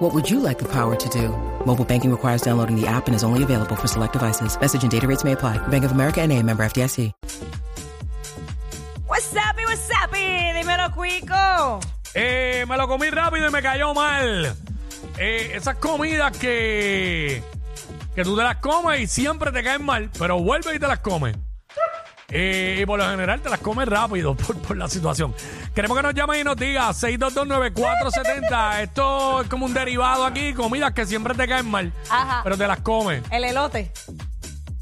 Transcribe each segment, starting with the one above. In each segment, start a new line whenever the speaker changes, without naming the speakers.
What would you like the power to do? Mobile banking requires downloading the app and is only available for select devices. Message and data rates may apply. Bank of America and a member FDIC.
What's up, y what's up, y? dímelo, Cuico.
Eh, me lo comí rápido y me cayó mal. Eh, esas comidas que, que tú te las comes y siempre te caen mal, pero vuelves y te las comes. Eh, y por lo general te las comes rápido por, por la situación. Queremos que nos llamen y nos digas 6229470. Esto es como un derivado aquí, comidas que siempre te caen mal,
Ajá.
pero te las comes.
El elote.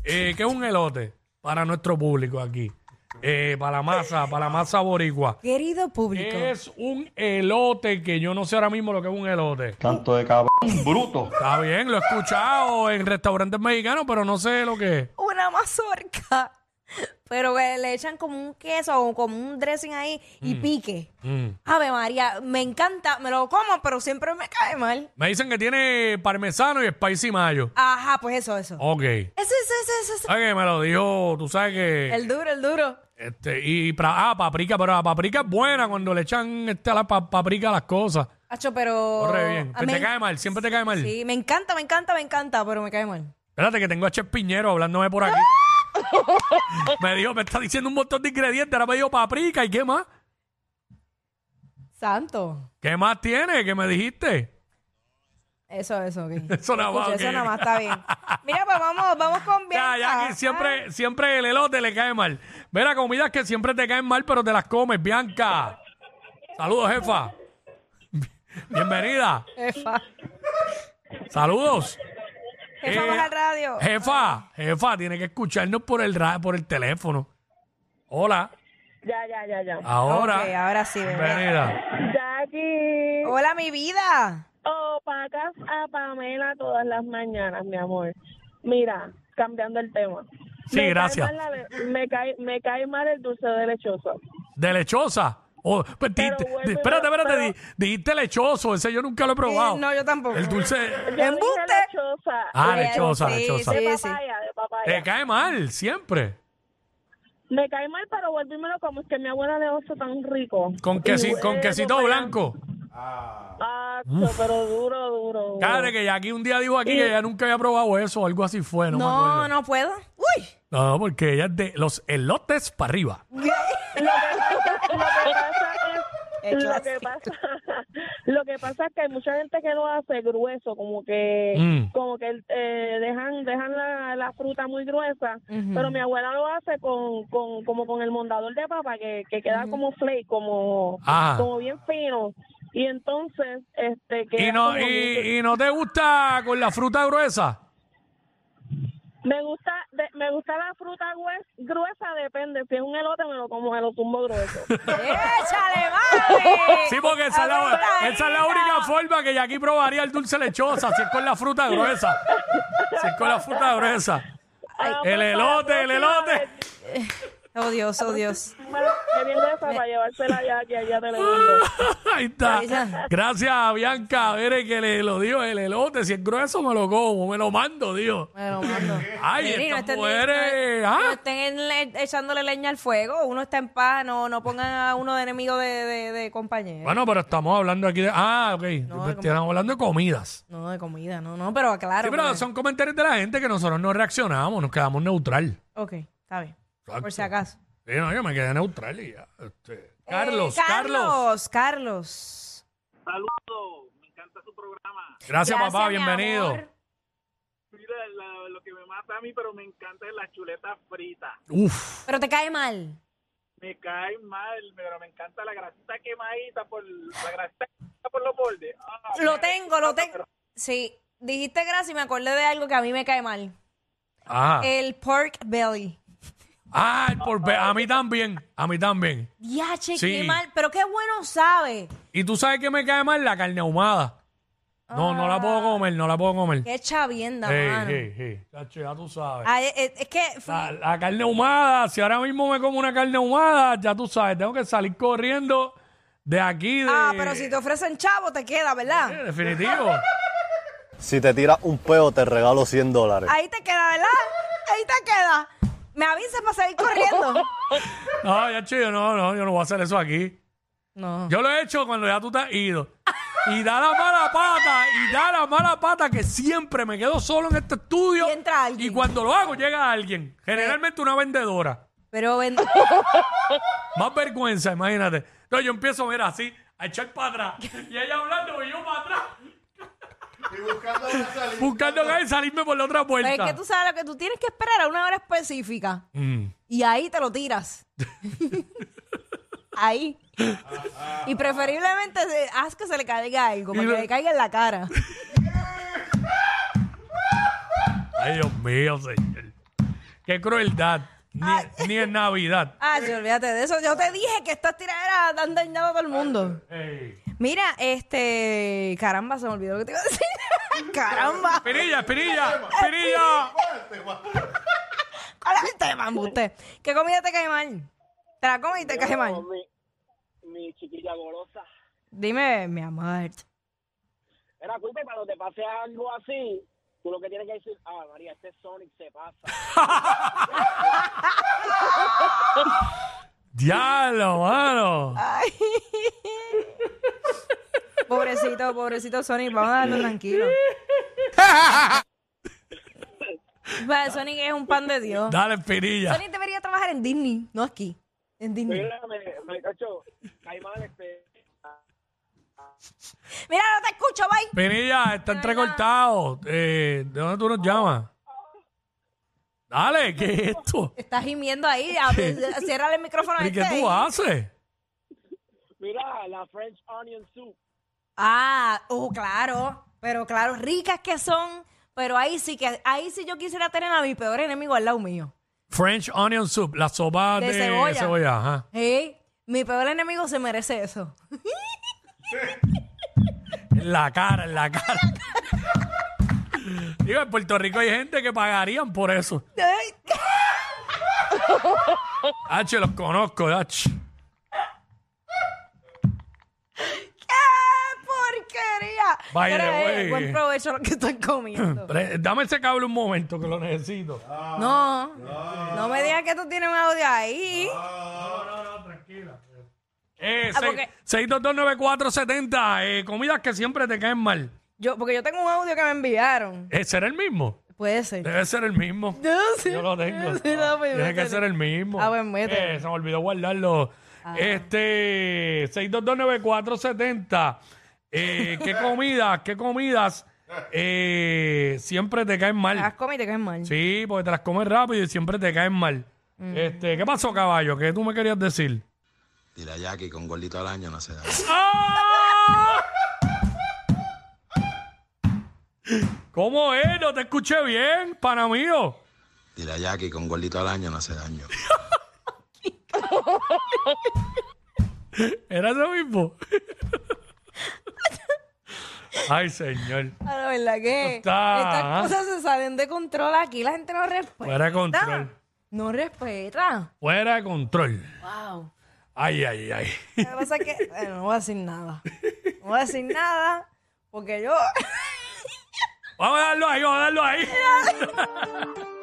Eh, ¿Qué es un elote para nuestro público aquí? Eh, para la masa, para la masa boricua.
Querido público.
¿Qué es un elote? Que yo no sé ahora mismo lo que es un elote.
Tanto de cabrón bruto.
Está bien, lo he escuchado en restaurantes mexicanos, pero no sé lo que es.
Una mazorca. Pero que le echan como un queso o como un dressing ahí y pique.
Mm.
Ave María, me encanta, me lo como, pero siempre me cae mal.
Me dicen que tiene parmesano y spicy mayo.
Ajá, pues eso, eso.
Ok.
Eso, eso, eso, eso, eso.
Ay, que me lo dijo, tú sabes que...
El duro, el duro.
Este, y pra- ah, paprika, pero la paprika es buena cuando le echan este, a la pa- paprika a las cosas.
Hacho, pero.
Corre bien.
Ah,
Pero
me-
Te cae mal, siempre te cae mal.
Sí, me encanta, me encanta, me encanta, pero me cae mal.
Espérate que tengo a Chef Piñero hablándome por aquí. me dijo, me está diciendo un montón de ingredientes, ahora me dijo paprika y qué más.
Santo.
¿Qué más tiene? ¿Qué me dijiste?
Eso, eso, ok.
Eso nada más,
Escucha, Eso
ok.
nada más está bien. Mira, pues vamos, vamos con
Ya,
Bianca.
ya, que siempre, siempre el elote le cae mal. Ve la comida que siempre te caen mal, pero te las comes, Bianca. Saludos, jefa. Bienvenida.
Jefa,
Eh, Saludos.
jefa,
Eh,
baja el radio.
Jefa, jefa, tiene que escucharnos por el ra- por el teléfono. Hola.
Ya, ya, ya, ya.
Ahora. eh.
Ok, ahora sí, bebé.
Bienvenida.
Jackie,
Hola, mi vida.
opacas Oh, a Pamela todas las mañanas, mi amor. Mira, cambiando el tema.
Sí,
cae
gracias.
mal la le- me, cae, me cae mal el dulce de lechosa.
De lechosa. Oh, pues,
Pero
dijiste-
vuelve,
espérate,
pero-
espérate. di- dijiste lechoso. Ese yo nunca lo he probado.
Eh, no, yo tampoco.
Oh, El dulce.
Yo
Embuste.
dije lechosa.
Ah,
Eh,
lechosa,
sí,
lechosa.
sí.
de papaya, de
Te
papaya.
cae mal, siempre.
me cae mal, pero vuelvo y me lo como. Es que mi abuela le hace tan rico.
Con, quesi- con quesito blanco.
Ah, pero duro, duro. duro.
Cállate que ya aquí un día dijo aquí que ella nunca había probado eso, algo así fue, no, me
No,
acuerdo.
no puedo. Uy.
No, porque ella es de los elotes para arriba.
lo que pasa lo que pasa es que hay mucha gente que lo hace grueso como que
Mm.
como que eh, dejan dejan la, la fruta muy gruesa pero mi abuela lo hace con, con como con el mondador de papa que, que queda como flake como
Ajá.
como bien fino y entonces este que
Y no, y, y no te gusta con la fruta gruesa.
me gusta de- me gusta la fruta grues- gruesa depende si es un elote me lo como me lo tumbo grueso
¡Échale, madre!
Sí, porque esa es, la, esa es la única forma que Jackie probaría el dulce lechosa, si es con la fruta gruesa. Si es con la fruta gruesa.
Ah, pues,
El
para la
elote, el
próxima
elote.
vez,
Oh, Dios, oh, Dios.
Bueno, que bien de esa para llevársela ya que allá te la mando.
Ahí está.
Ahí está.
Gracias, Bianca. A ver, que le lo dio el elote. Si es grueso, me lo como, me lo mando, Dios.
Bueno, mando.
Ay,
Miren,
estas
estén-
mujeres.
no- no
ah.
estén le- echándole leña al fuego. Uno está en paz. No, no pongan a uno de enemigo de, de, de compañero.
Bueno, pero estamos hablando aquí de. Ah, ok. Pues estamos hablando de comidas.
No, de comida. No, no, pero pues.
Sí,
claro.
pero son comentarios de la gente que nosotros no reaccionamos, nos quedamos neutral.
Ok, está bien.
Exacto.
Por si acaso.
Sí, no, yo me quedé neutral y ya. Este, Carlos,
Eh,
Carlos,
Carlos, Carlos.
Saludos, me encanta su programa.
Gracias, papá,
mi
bienvenido.
amor.
Mira, la- lo que me mata a mí, pero me encanta es la chuleta frita.
Uf,
Pero te cae mal.
Me cae mal, pero me encanta la grasita quemadita por la grasita quemadita por los bordes. Ah,
Lo
mira,
tengo, lo
pero-
tengo. Sí, dijiste gracias y me acordé de algo que a mí me cae mal.
ajá.
El pork belly.
Ah, el porpe- a mí también, a mí también.
Ya, che,
Sí.
qué mal. Pero qué bueno sabe.
Y tú sabes que me cae mal la carne ahumada. No, no la puedo comer, no la puedo comer.
Ah. Qué chavienda,
Ey,
mano.
ey, ey. Chacho, ya tú sabes.
Ay, es, es que fui-
La, la carne ahumada, si ahora mismo me como una carne ahumada, ya tú sabes, tengo que salir corriendo de aquí. De,
Ah, pero si te ofrecen chavo, te queda, ¿verdad?
Eh, definitivo.
Si te tiras un peo, te regalo 100 dólares.
Ahí te queda, ¿verdad? Ahí te queda. Me avisas para salir corriendo.
No, ya chido, no, no, yo no voy a hacer eso aquí.
No.
Yo lo he hecho cuando ya tú te has ido. Y da la mala pata, y da la mala pata que siempre me quedo solo en este estudio.
Y entra alguien.
Y cuando lo hago, llega alguien. Generalmente una vendedora.
Pero ven-
Más vergüenza, imagínate. No, yo empiezo, mira, así, a echar para atrás. Y ella hablando y yo para atrás. Y buscando que salirme por la otra puerta.
pero es que tú sabes lo que tú tienes que esperar a una hora específica.
Mm.
Y ahí te lo tiras. ahí. Y preferiblemente se- haz que se le caiga algo, para
Y
que
lo-
le caiga en la cara.
Ay, Dios mío, señor. Qué crueldad. Ni, ni en Navidad.
Ah, sí, olvídate de eso. Yo te dije que estas tiraderas han dañado a todo el mundo.
Ey.
Mira, este. Caramba, se me olvidó lo que te iba a decir. Caramba.
Espinilla, espinilla, espinilla.
¿Cuál es el tema, usted? ¿Qué comida te cae mal? ¿Te la comes y te cae mal?
Mi, mi chiquilla golosa.
Dime, mi amor.
Era culpa y cuando te pase algo así, tú lo que tienes que decir, ah, María, este Sonic se pasa.
Diablo, mano.
Pobrecito, pobrecito Sonic, vamos a darlo tranquilo. Vale, Sonic es un pan de Dios.
Dale, espinilla.
Sonic debería trabajar en Disney, no aquí. En Disney.
Mira, me, me cacho, cae mal este.
Mira, no te escucho, bye.
Espinilla, está entrecortado. Eh, ¿De dónde tú nos llamas? Dale, ¿qué es esto?
Estás gimiendo ahí. Cierra el micrófono. a
¿Y qué
este.
tú haces?
Mira, la French Onion Soup.
Ah, oh, claro. Pero claro, ricas que son. Pero ahí sí que, ahí sí yo quisiera tener a mi peor enemigo al lado mío.
French onion soup, la sopa
De
de,
cebolla.
cebolla. ajá.
¿Eh? Mi peor enemigo se merece eso.
En la cara, en la cara. Digo, en Puerto Rico hay gente que pagarían por eso. H, los conozco, H.
¡Qué porquería!
By
Pero,
the
eh,
way.
buen provecho lo que están comiendo.
Pre- Dame ese cable un momento que lo necesito.
no, no, me digas que tú tienes un audio ahí.
No, no, no, tranquila. Eh,
Ah,
seis-
porque-
6229470, eh, comidas que siempre te caen mal.
Yo, porque yo tengo un audio que me enviaron.
Eh, ¿Será el mismo?
Puede ser.
Debe ser el mismo.
Yo no sé.
Yo lo tengo.
Sí, no, pues,
Tiene que
métele.
ser el mismo.
Ah, pues, métele. Ah.
Eh, se me olvidó guardarlo. Este, 6229470. Eh, ¿Qué comidas, qué comidas eh, siempre te caen mal?
Las comidas que es mal.
Sí, porque te las comes rápido y siempre te caen mal.
Mm.
Este, ¿Qué pasó, caballo? ¿Qué tú me querías decir?
Dile a Jackie con gordito al año no se da.
¡Ah! ¿Cómo es? No te escuché bien, pana mío.
Dile a Jackie con gordito al año no hace daño.
Era eso mismo. Ay, señor.
Ah, La verdad que
Está-
estas cosas se salen de control aquí. La gente no respeta.
Fuera de control.
No respeta.
Fuera de control.
Wow.
Ay, ay, ay.
Lo que pasa es que bueno, no voy a decir nada. No voy a decir nada porque yo...
Vamos a darlo ahí, vamos a darlo ahí.